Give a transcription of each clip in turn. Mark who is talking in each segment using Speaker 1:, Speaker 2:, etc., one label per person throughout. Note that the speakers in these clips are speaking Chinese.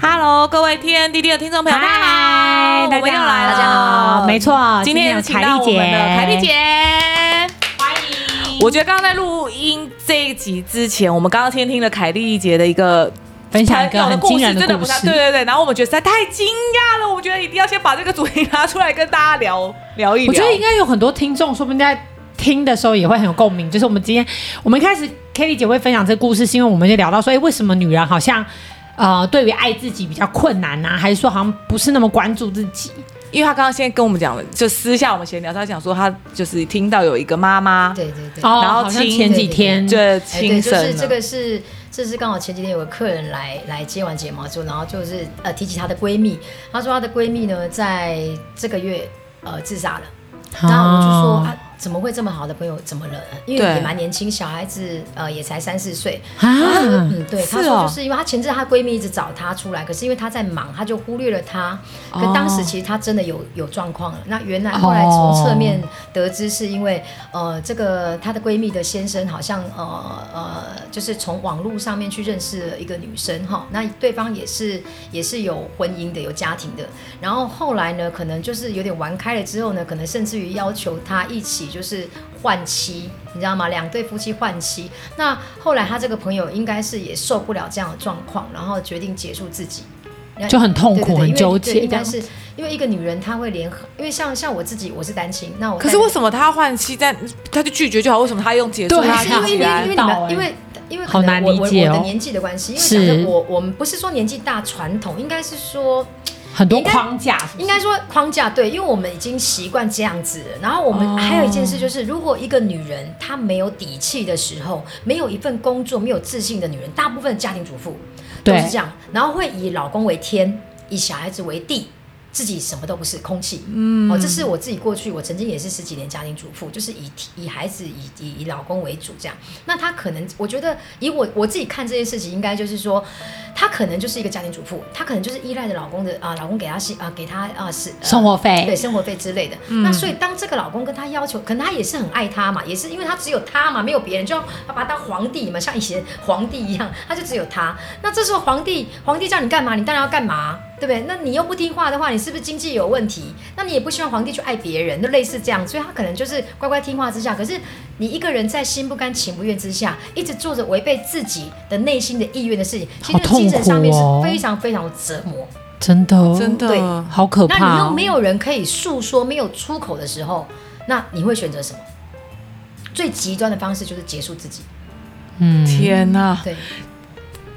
Speaker 1: Hello，各位 T N D D 的听众朋友，大家好，我们
Speaker 2: 大
Speaker 1: 又
Speaker 2: 家好，
Speaker 1: 来了，
Speaker 2: 大家好，没错，
Speaker 1: 今天
Speaker 2: 有
Speaker 1: 请
Speaker 2: 凯
Speaker 1: 到
Speaker 2: 丽
Speaker 1: 我
Speaker 2: 姐，
Speaker 1: 们的凯丽姐，欢迎。我觉得刚刚在录音这一集之前，我们刚刚先听了凯丽姐的一个
Speaker 2: 分享一
Speaker 1: 朋
Speaker 2: 个
Speaker 1: 友
Speaker 2: 很惊人
Speaker 1: 真的
Speaker 2: 故
Speaker 1: 不太
Speaker 2: 事，
Speaker 1: 对对对。然后我们觉得实在太惊讶了，我们觉得一定要先把这个主题拿出来跟大家聊聊一聊。
Speaker 2: 我觉得应该有很多听众，说不定在听的时候也会很有共鸣。就是我们今天，我们一开始 Kelly 姐会分享这个故事，是因为我们就聊到说，哎、为什么女人好像呃，对于爱自己比较困难呐、还是说好像不是那么关注自己？
Speaker 1: 因为她刚刚先跟我们讲了，就私下我们闲聊，她讲说她就是听到有一个妈妈，
Speaker 3: 对对对，
Speaker 2: 哦，
Speaker 1: 然后
Speaker 2: 好像
Speaker 1: 亲
Speaker 2: 前几天
Speaker 1: 这
Speaker 3: 哎对，
Speaker 1: 亲
Speaker 3: 就
Speaker 1: 生
Speaker 3: 是
Speaker 1: 了
Speaker 3: 这个是，这是刚好前几天有个客人来来接完睫毛之后，然后就是呃提起她的闺蜜，她说她的闺蜜呢在这个月呃自杀了，然后我就说
Speaker 2: 哦
Speaker 3: 啊怎么会这么好的朋友怎么了？因为
Speaker 1: 对
Speaker 3: 也蛮年轻，小孩子呃也才三四岁，然后她说
Speaker 2: 啊，
Speaker 3: 嗯，对，
Speaker 1: 是
Speaker 3: 她说
Speaker 1: 哦
Speaker 3: 就是因为她前阵她闺蜜一直找她出来，可是因为她在忙，她就忽略了她。可
Speaker 1: 哦
Speaker 3: 当时其实她真的有有状况了。那原来后来从侧面得知，是因为呃，这个她的闺蜜的先生好像呃呃，就是从网络上面去认识了一个女生哈。那对方也是也是有婚姻的，有家庭的。然后后来呢，可能就是有点玩开了之后呢，可能甚至于要求她一起就是换妻，你知道吗？两对夫妻换妻。那后来她这个朋友应该是也受不了这样的状况，然后决定结束自己。
Speaker 2: 就很痛
Speaker 3: 对
Speaker 2: 苦，
Speaker 3: 对对，
Speaker 2: 很
Speaker 3: 因为
Speaker 2: 纠
Speaker 3: 对
Speaker 2: 结，
Speaker 3: 应该是因为一个女人她会联合，因为像像我自己，我是单亲，那我
Speaker 1: 可是为什么她换妻在，她就拒绝就好？为什么她用结束
Speaker 2: 对
Speaker 1: 她
Speaker 3: 因为
Speaker 1: 起
Speaker 3: 因为
Speaker 1: 来
Speaker 3: 因为你
Speaker 2: 到
Speaker 3: 们
Speaker 2: 欸
Speaker 3: 因为因为
Speaker 2: 好
Speaker 3: 可能
Speaker 2: 难
Speaker 3: 我
Speaker 2: 理
Speaker 3: 我我
Speaker 2: 解哦
Speaker 3: 的年纪的关系，因为
Speaker 2: 是
Speaker 3: 想着我我们不是说年纪大传统，应该是说
Speaker 2: 很
Speaker 1: 嗯
Speaker 2: 多
Speaker 3: 应该
Speaker 2: 框架，啊是不是
Speaker 3: 应该说框架对，因为我们已经习惯这样子了。然后我
Speaker 1: 哦
Speaker 3: 们还有一件事就是，如果一个女人她没有底气的时候，没有一份工作，没有自信的女人，大部分家庭主妇都
Speaker 2: 对
Speaker 3: 是这样，然后会以老公为天，以小孩子为地。自己什么都不是，空气。嗯，哦，这是我自己过去，我曾经也是十几年家庭主妇，就是以以孩子、以以以老公为主这样。那她可能，我觉得以我我自己看这件事情，应该就是说，她可能就是一个家庭主妇，她可能就是依赖着老公的啊、老公给她薪啊、给她啊、是、呃
Speaker 2: 生活费
Speaker 3: 对生活费之类的。那所以当这个老公跟她要求，可能她也是很爱她嘛，也是因为她只有她嘛，没有别人，就要把她当皇帝嘛，像以前皇帝一样，她就只有她。那这时候皇帝皇帝叫你干嘛，你当然要干嘛，对不对？那你又不听话的话，你是不是经济有问题？那你也不希望皇帝去爱别人，就类似这样，所以她可能就是乖乖听话之下，可是你一个人在心不甘情不愿之下，一直做着违背自己的内心的意愿的事情，其实
Speaker 2: 好痛
Speaker 3: 精神上面是
Speaker 2: 苦哦
Speaker 3: 非常非常的折磨。
Speaker 2: 真的
Speaker 1: 真
Speaker 3: 对
Speaker 1: 的
Speaker 2: 好可怕、哦，
Speaker 3: 那你又没有人可以诉说，没有出口的时候，那你会选择什么？最极端的方式就是结束自己。
Speaker 2: 嗯
Speaker 1: 天哪、
Speaker 3: 对，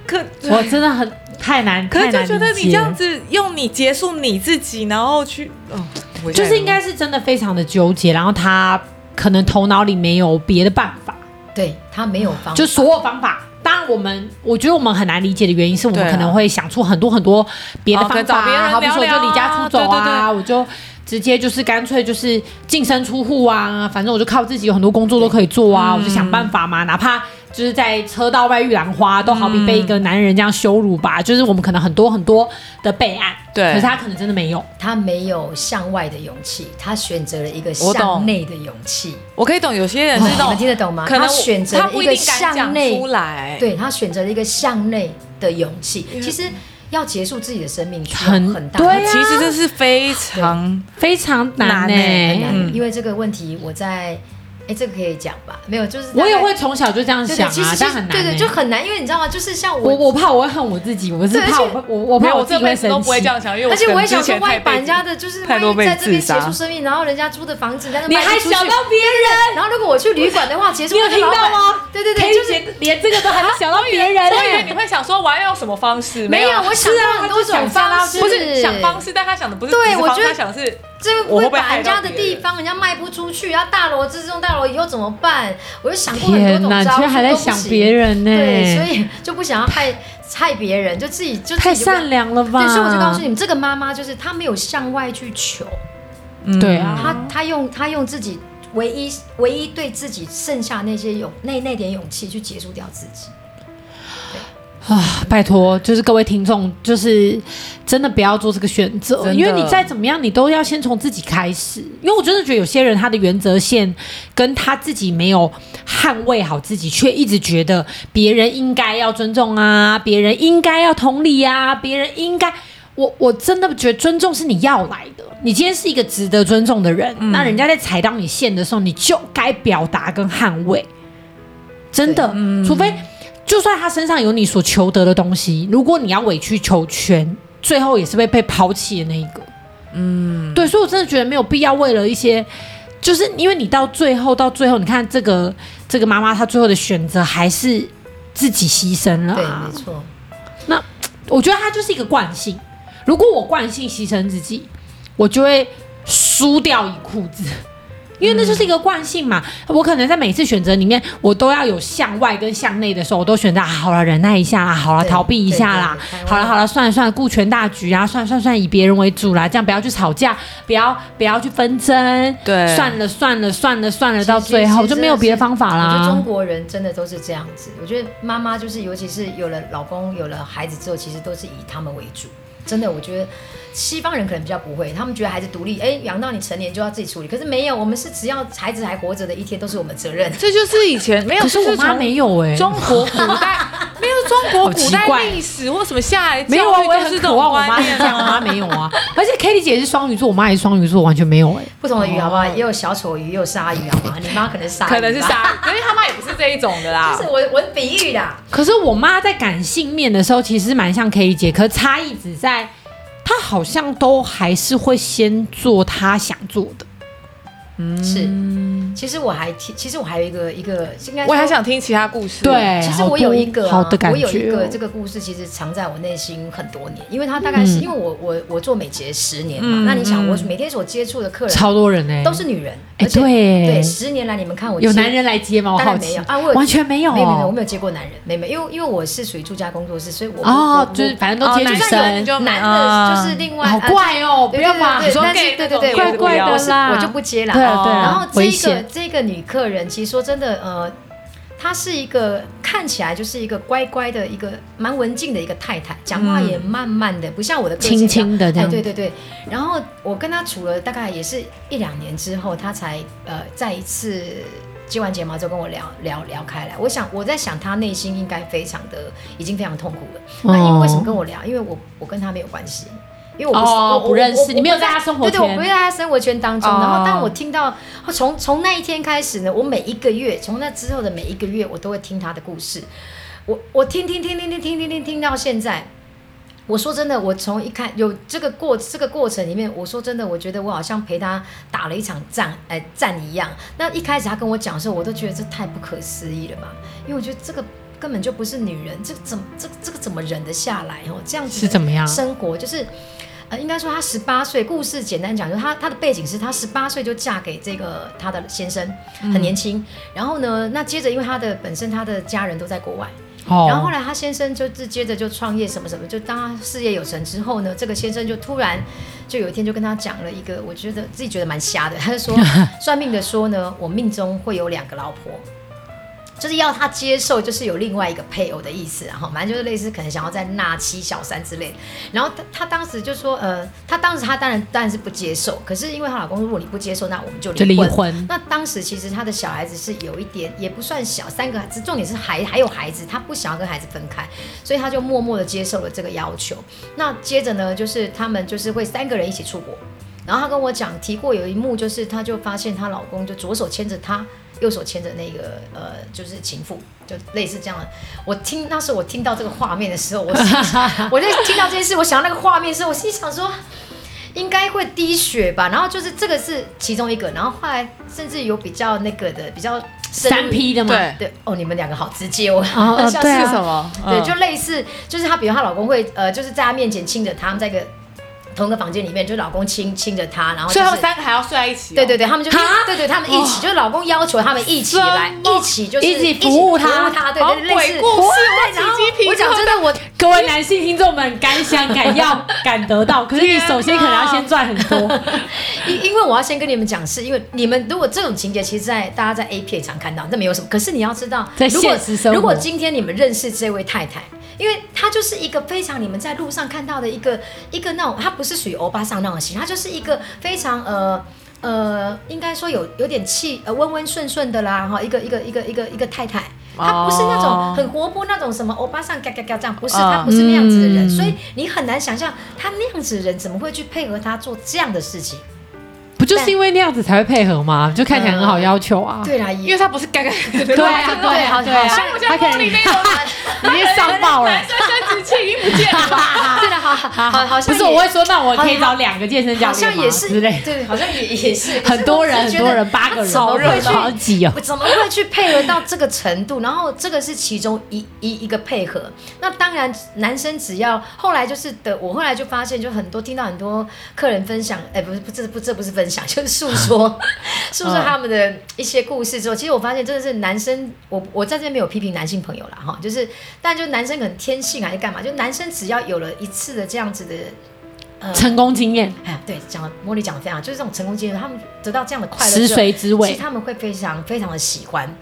Speaker 1: 可
Speaker 2: 我真的很太难，
Speaker 1: 可是
Speaker 2: 太
Speaker 1: 就
Speaker 2: 难
Speaker 1: 觉得
Speaker 2: 理
Speaker 1: 你
Speaker 2: 解
Speaker 1: 这样子用你结束你自己，然后去，哦，我
Speaker 2: 就是
Speaker 1: 现
Speaker 2: 应
Speaker 1: 在
Speaker 2: 该是真的非常的纠结，然后他可能头脑里没有别的办法，
Speaker 3: 对他没有方法，
Speaker 2: 就所有方法。当然，我们我觉得我们很难理解的原因是我
Speaker 1: 对啊
Speaker 2: 们可能会想出很多很多别的
Speaker 1: 哦可
Speaker 2: 方
Speaker 1: 能
Speaker 2: 法、
Speaker 1: 找别人
Speaker 2: 好比说我
Speaker 1: 聊聊啊
Speaker 2: 就离家出走啊，
Speaker 1: 对
Speaker 2: 我就直接就是干脆就是净身出户啊，反正我就靠自己，有很多工作都可以做啊，我就想办法嘛，哪怕。就是在车道外遇兰花，都好比被一个男人这样羞辱吧。就是我们可能很多很多的备案，
Speaker 1: 对
Speaker 2: 可是他可能真的没有。
Speaker 3: 他没有向外的勇气，他选择了一个
Speaker 1: 我懂
Speaker 3: 向内的勇气。
Speaker 1: 我可以懂，有些人
Speaker 3: 哇
Speaker 1: 是那
Speaker 3: 你
Speaker 1: 种
Speaker 3: 们听得懂吗？
Speaker 1: 可能
Speaker 3: 啊他选择
Speaker 1: 他
Speaker 3: 了
Speaker 1: 不
Speaker 3: 一
Speaker 1: 一
Speaker 3: 个
Speaker 1: 定敢
Speaker 3: 向
Speaker 1: 讲
Speaker 3: 内
Speaker 1: 出来，
Speaker 3: 对他选择了一个向内的勇气
Speaker 1: 因。为
Speaker 3: 其实要结束自己的生命，需要
Speaker 2: 很
Speaker 3: 很大
Speaker 2: 对
Speaker 3: 的
Speaker 2: 啊
Speaker 1: 其实这是非常
Speaker 2: 非常难
Speaker 1: 难
Speaker 2: 呢、
Speaker 1: 欸
Speaker 3: 很难
Speaker 1: 嗯
Speaker 3: 因为这个问题，我在哎，这个可以讲吧？没有，就是
Speaker 2: 我也
Speaker 3: 大概
Speaker 2: 会从小就这样
Speaker 3: 对
Speaker 2: 想啊，
Speaker 3: 对，其实就
Speaker 2: 但
Speaker 3: 是
Speaker 2: 很难、欸。
Speaker 3: 对对，就很难，因为你知道吗？就是像
Speaker 2: 我
Speaker 3: 我
Speaker 2: 我怕我会恨我自己，我是
Speaker 3: 对而且
Speaker 2: 怕我会我我
Speaker 1: 没
Speaker 2: 怕
Speaker 1: 有，
Speaker 2: 我
Speaker 1: 我
Speaker 2: 自
Speaker 1: 这
Speaker 2: 己会
Speaker 1: 辈子
Speaker 2: 生
Speaker 1: 都
Speaker 2: 气。
Speaker 1: 不会这样想，因为
Speaker 3: 而且
Speaker 1: 可
Speaker 3: 我
Speaker 1: 能
Speaker 3: 也想
Speaker 1: 之
Speaker 3: 说，
Speaker 1: 前
Speaker 3: 万一把人家
Speaker 1: 太被
Speaker 3: 的就是
Speaker 1: 太
Speaker 3: 万
Speaker 1: 多
Speaker 3: 一
Speaker 1: 被
Speaker 3: 在这边
Speaker 1: 自
Speaker 3: 结
Speaker 1: 杀
Speaker 3: 束生命，然后人家租的房子，人家
Speaker 2: 你
Speaker 3: 卖不
Speaker 2: 还
Speaker 3: 出
Speaker 2: 想
Speaker 3: 去
Speaker 2: 到别人，
Speaker 3: 然后如果我去旅馆的话，结束
Speaker 2: 你有
Speaker 3: 那个
Speaker 2: 听
Speaker 3: 老
Speaker 2: 到
Speaker 3: 板
Speaker 2: 吗？
Speaker 3: 对对
Speaker 2: 可
Speaker 3: 对，
Speaker 2: 以
Speaker 3: 就是啊
Speaker 2: 连连这个都还能想到别人
Speaker 1: 我以为你
Speaker 2: 欸，
Speaker 1: 会想说，我要用什么方式？
Speaker 3: 没有，我想
Speaker 2: 是啊
Speaker 3: 到很多
Speaker 2: 他就
Speaker 3: 种
Speaker 2: 想象
Speaker 3: 方
Speaker 2: 到
Speaker 3: 式，
Speaker 1: 不是想方式，但他想的不是
Speaker 3: 对
Speaker 1: 只是
Speaker 3: 我
Speaker 1: 方
Speaker 3: 觉得
Speaker 1: 他想的是
Speaker 3: 这
Speaker 1: 我会
Speaker 3: 会
Speaker 1: 不会
Speaker 3: 把
Speaker 1: 害
Speaker 3: 人
Speaker 1: 到
Speaker 3: 家的
Speaker 1: 别人
Speaker 3: 地方人家卖不出去，啊，大楼这栋大楼以后怎么办？我就想过很多
Speaker 2: 天
Speaker 3: 种
Speaker 2: 哪，你
Speaker 3: 招
Speaker 2: 居
Speaker 3: 数，
Speaker 2: 然还在想别。人欸呢、
Speaker 3: 对，所以就不想要害害别人，就自己就
Speaker 2: 太
Speaker 3: 自己就不
Speaker 2: 善良了吧？
Speaker 3: 对，所以我就告诉你们，这个妈妈就是她没有向外去求，
Speaker 2: 哦
Speaker 1: 嗯
Speaker 2: 对啊
Speaker 3: 她她用她用自己唯一唯一对自己剩下那些勇那那点勇气去结束掉自己。
Speaker 2: 啊，拜托，就是各位听众，就是真的不要做这个选择，
Speaker 1: 真的
Speaker 2: 因为你再怎么样，你都要先从自己开始。因为我真的觉得有些人他的原则线跟他自己没有捍卫好自己，却一直觉得别人应该要尊重啊，别人应该要同理啊，别人应该。我我真的觉得尊重是你要来的，你今天是一个值得尊重的人，
Speaker 1: 嗯
Speaker 2: 那人家在踩到你线的时候，你就该表达跟捍卫。真的，
Speaker 1: 嗯
Speaker 2: 除非就算他身上有你所求得的东西，如果你要委曲求全，最后也是会被抛弃的那一个。嗯，对，所以我真的觉得没有必要为了一些，就是因为你到最后，到最后，你看这个这个妈妈，她最后的选择还是自己牺牲了、
Speaker 3: 对，
Speaker 2: 啊
Speaker 3: 没。错，
Speaker 2: 我觉得它就是一个惯性。如果我惯性牺牲自己，我就会输掉一裤子， 因为那就是一个惯性嘛。我可能在每次选择里面，我都要有向外跟向内的时候，我都选择、啊、好了，忍耐一下啦，好了，
Speaker 3: 对
Speaker 2: 逃避一下啦
Speaker 3: 对对，对
Speaker 2: 好了，好了，算了算了，顾全大局啊，算了算了算了，以别人为主啦，这样不要去吵架，不要不要去纷争，
Speaker 1: 对
Speaker 2: 算了算了算了算了，到
Speaker 3: 其实
Speaker 2: 最后
Speaker 3: 其实
Speaker 2: 就没有别的方法
Speaker 3: 我觉得中
Speaker 2: 啦。
Speaker 3: 国人真的都是这样子。我觉得妈妈就是，尤其是有了老公、有了孩子之后，其实都是以他们为主。真的，我觉得西方人可能比较不会，他们觉得孩子独立，哎，养到你成年就要自己处理。可是没有，我们是只要孩子还活着的一天都是我们责任。
Speaker 1: 这就是以前没有，
Speaker 2: 可是
Speaker 1: 这
Speaker 2: 我
Speaker 1: 就
Speaker 2: 妈
Speaker 1: 从
Speaker 2: 没有哎、
Speaker 1: 中国古代没有中国古
Speaker 2: 好奇
Speaker 1: 代
Speaker 2: 怪
Speaker 1: 历史或什么下来，
Speaker 2: 没有啊，我也
Speaker 1: 是
Speaker 2: 很
Speaker 1: 这
Speaker 2: 渴
Speaker 1: 种
Speaker 2: 望我
Speaker 1: 观
Speaker 2: 妈
Speaker 1: 念
Speaker 2: 是这样，我妈没有啊。而且 Kitty 姐是双鱼座，我妈也是双鱼座，完全没有哎、
Speaker 3: 不同的鱼好不好？也有小丑鱼，也有鲨鱼，好 吗？你妈可能是鲨鱼，
Speaker 1: 可能是。杀，可是他妈也不是这一种的啦
Speaker 3: 啊
Speaker 2: 啊
Speaker 3: 就。是我我比喻的，
Speaker 2: 可是我妈在感性面的时候，其实蛮像 Kitty 姐，可差异只在她好像都还是会先做她想做的。嗯
Speaker 3: 是。其实我还提，其实我还有一个一个，应该
Speaker 1: 我也
Speaker 3: 说
Speaker 1: 还想听其他故事。
Speaker 2: 对，
Speaker 3: 其实
Speaker 2: 哎好
Speaker 3: 我有
Speaker 2: 多
Speaker 3: 一个、啊、
Speaker 2: 好的感
Speaker 3: 我有一
Speaker 2: 觉哦、
Speaker 3: 个这个故事，其实藏在我内心很多年，因为它大概
Speaker 2: 嗯
Speaker 3: 是、因为我我我做美睫十年嘛，
Speaker 1: 嗯
Speaker 3: 那你想
Speaker 1: 嗯
Speaker 3: 我每天所接触的客人
Speaker 2: 超多人哎、
Speaker 3: 都是女人，
Speaker 2: 哎
Speaker 3: 而且
Speaker 2: 对
Speaker 3: 对，十年来你们看我
Speaker 2: 有
Speaker 3: 接
Speaker 2: 男人来接吗？我
Speaker 3: 当
Speaker 2: 好
Speaker 3: 然没
Speaker 2: 奇
Speaker 3: 有啊，我有
Speaker 2: 完全没有哦、
Speaker 3: 没有没有，我没有接过男人，没没，因为因为我是属于住家工作室，所以我
Speaker 2: 哦，
Speaker 3: 我
Speaker 2: 就是反正都
Speaker 1: 哦，
Speaker 2: 接女
Speaker 1: 男
Speaker 2: 生，嗯
Speaker 1: 就
Speaker 3: 男的就是另外、
Speaker 2: 好
Speaker 3: 啊
Speaker 2: 怪哦、不
Speaker 3: 对
Speaker 2: 要
Speaker 3: 对
Speaker 2: 把
Speaker 3: 对
Speaker 1: 你说
Speaker 3: 但是
Speaker 1: gay
Speaker 3: 对对
Speaker 1: 那种
Speaker 3: 对
Speaker 1: 也
Speaker 2: 怪
Speaker 1: 不
Speaker 2: 怪
Speaker 1: 要
Speaker 2: 的
Speaker 1: 我是
Speaker 2: 啦，
Speaker 3: 我就不接了。
Speaker 2: 对啊
Speaker 3: 哦
Speaker 2: 对啊
Speaker 3: 然后
Speaker 2: 危
Speaker 3: 这个
Speaker 2: 险
Speaker 3: 这个女客人，其实说真的，呃，她是一个呃看起来就是一个乖乖的一个蛮文静的一个太太，讲话
Speaker 2: 嗯
Speaker 3: 也慢慢的，不像我的个性
Speaker 2: 轻轻的
Speaker 3: 一样
Speaker 2: 这样
Speaker 3: 哎，对对对。然后我跟她处了大概也是一两年之后，她才呃再一次。接完睫毛之后跟我聊聊聊开来，我想我在想她内心应该非常的已经非常痛苦了。
Speaker 2: 哦
Speaker 3: 那因为为什么跟我聊？因为我我跟她没有关系，因为我不是、
Speaker 2: 哦
Speaker 3: 我我
Speaker 2: 不认识
Speaker 3: 我我
Speaker 2: 你没有在她生活
Speaker 3: 对对，我
Speaker 2: 圈
Speaker 3: 不在她生活圈当中。
Speaker 1: 哦
Speaker 3: 然后当我听到从从那一天开始呢，我每一个月，从那之后的每一个月，我都会听她的故事。我我听听听听听听听听听到现在。我说真的，我从一看有这个过这个过程里面，我说真的，我觉得我好像陪她打了一场战，哎、战一样。那一开始她跟我讲的时候，我都觉得这太不可思议了吧，因为我觉得这个根本就不是女人，这个怎么这个这个怎么忍得下来哦？这样子
Speaker 2: 是怎么样
Speaker 3: 生活就是。呃，应该说她十八岁，故事简单讲，就是她她的背景是她十八岁就嫁给这个她的先生，很年轻。然后呢，那接着因为她的本身她的家人都在国外，
Speaker 2: 哦
Speaker 3: 然后后来她先生就是接着就创业什么什么，就当她事业有成之后呢，这个先生就突然就有一天就跟她讲了一个，我觉得自己觉得蛮瞎的，他就说算命的说呢，我命中会有两个老婆。就是要她接受，就是有另外一个配偶的意思啊，然后反正就是类似可能想要再纳妻小三之类的。然后她她当时就说，呃，她当时她当然当然是不接受，可是因为她老公如果你不接受，那我们就
Speaker 2: 就离
Speaker 3: 离婚。
Speaker 2: 婚
Speaker 3: 那当时其实她的小孩子是有一点，也不算小，三个孩子，重点是还还有孩子，她不想要跟孩子分开，所以她就默默的接受了这个要求。那接着呢，就是他们就是会三个人一起出国。然后她跟我讲提过有一幕，就是她就发现她老公就左手牵着她，右手牵着那个呃，就是情妇，就类似这样的。我听那时候我听到这个画面的时候，我心 我在听到这件事，我想到那个画面的时候，我心里想说。应该会滴血吧，然后就是这个是其中一个，然后后来甚至有比较那个的，比较深入
Speaker 2: 三 P 的嘛，
Speaker 1: 对
Speaker 3: 对哦，你们两个好直接哦，
Speaker 2: 哦 哦
Speaker 3: 像
Speaker 2: 对啊
Speaker 3: 是
Speaker 1: 是什么？
Speaker 3: 对，
Speaker 1: 嗯
Speaker 3: 就类似，就是她，比如她老公会呃，就是在她面前亲着她，他们在一个同一个房间里面，就老公亲亲着她，然后、就是、
Speaker 1: 所以他们三个还要睡在一起、哦。
Speaker 3: 对对对，他们就
Speaker 2: 哈
Speaker 3: 对对，他们一起，就是老公要求他们一起来，
Speaker 2: 什么
Speaker 3: 一起就是
Speaker 2: 一起服务她
Speaker 3: 他，对
Speaker 1: 好
Speaker 3: 对对，类
Speaker 1: 鬼
Speaker 3: 似。
Speaker 1: 故事，我
Speaker 3: 对，
Speaker 1: 起
Speaker 3: 然后
Speaker 1: 鸡皮
Speaker 3: 我讲真
Speaker 1: 疙瘩。
Speaker 3: 的，我
Speaker 2: 各位男性听众们，敢想敢要敢得到，可是你首先可能要先赚很多。
Speaker 3: 因因为我要先跟你们讲，是因为你们如果这种情节，其实在大家在 A 片常看到，那没有什么。可是你要知道，
Speaker 2: 在
Speaker 3: 如果
Speaker 2: 现实生活
Speaker 3: 如果今天你们认识这位太太，因为她就是一个非常你们在路上看到的一个一个那种，她不是属于欧巴桑那种型，她就是一个非常呃。呃，应该说有有点气，呃，温温顺顺的啦，哈，一个一个一个一个一个太太，她不是那种
Speaker 1: 哦
Speaker 3: 很活泼那种什么欧巴桑嘎嘎嘎这样，不是，
Speaker 1: 嗯
Speaker 3: 她不是那样子的人，
Speaker 2: 啊嗯
Speaker 3: 所以你很难想象她那样子的人怎么会去配合她做这样的事情。
Speaker 2: 不就是因为那样子才会配合吗？就看起来很好要求啊。
Speaker 3: 对啦，也
Speaker 1: 因为他不是刚刚
Speaker 2: 对啊，对啊，对啊
Speaker 1: 像我，像
Speaker 2: 他可
Speaker 1: 茉
Speaker 2: 能
Speaker 1: 莉那种
Speaker 2: 直接上爆了
Speaker 1: 男。生生殖器已经不见了吧？
Speaker 3: 对了，好好好，好
Speaker 2: 不
Speaker 3: 像
Speaker 2: 是，
Speaker 3: 也
Speaker 2: 我会说，那我可以找两个健身教
Speaker 3: 好
Speaker 2: 练
Speaker 3: 像
Speaker 2: 吗
Speaker 3: 也是
Speaker 2: 之类的。
Speaker 3: 对，好像也也是
Speaker 2: 很多人，很多人，，八个人，
Speaker 3: 怎么会去
Speaker 2: 好挤哦。
Speaker 3: 怎么会去配合到这个程度？然后这个是其中一一一个配合。那当然，男生只要后来就是的，我后来就发现，就很多听到很多客人分享，哎、不是不这不这不是分享， 就是诉说诉说他们的一些故事之后，其实我发现真的是男生，我我在这边没有批评男性朋友啦，哈，就是但就男生可能天性啊还是干嘛，就男生只要有了一次的这样子的。呃
Speaker 2: 成功经验，
Speaker 3: 哎呀，对，讲了茉莉讲的非常好，就是这种成功经验，他们得到这样的快乐之后，
Speaker 2: 食髓知
Speaker 3: 其
Speaker 2: 味
Speaker 3: 实。他们会非常非常的喜欢。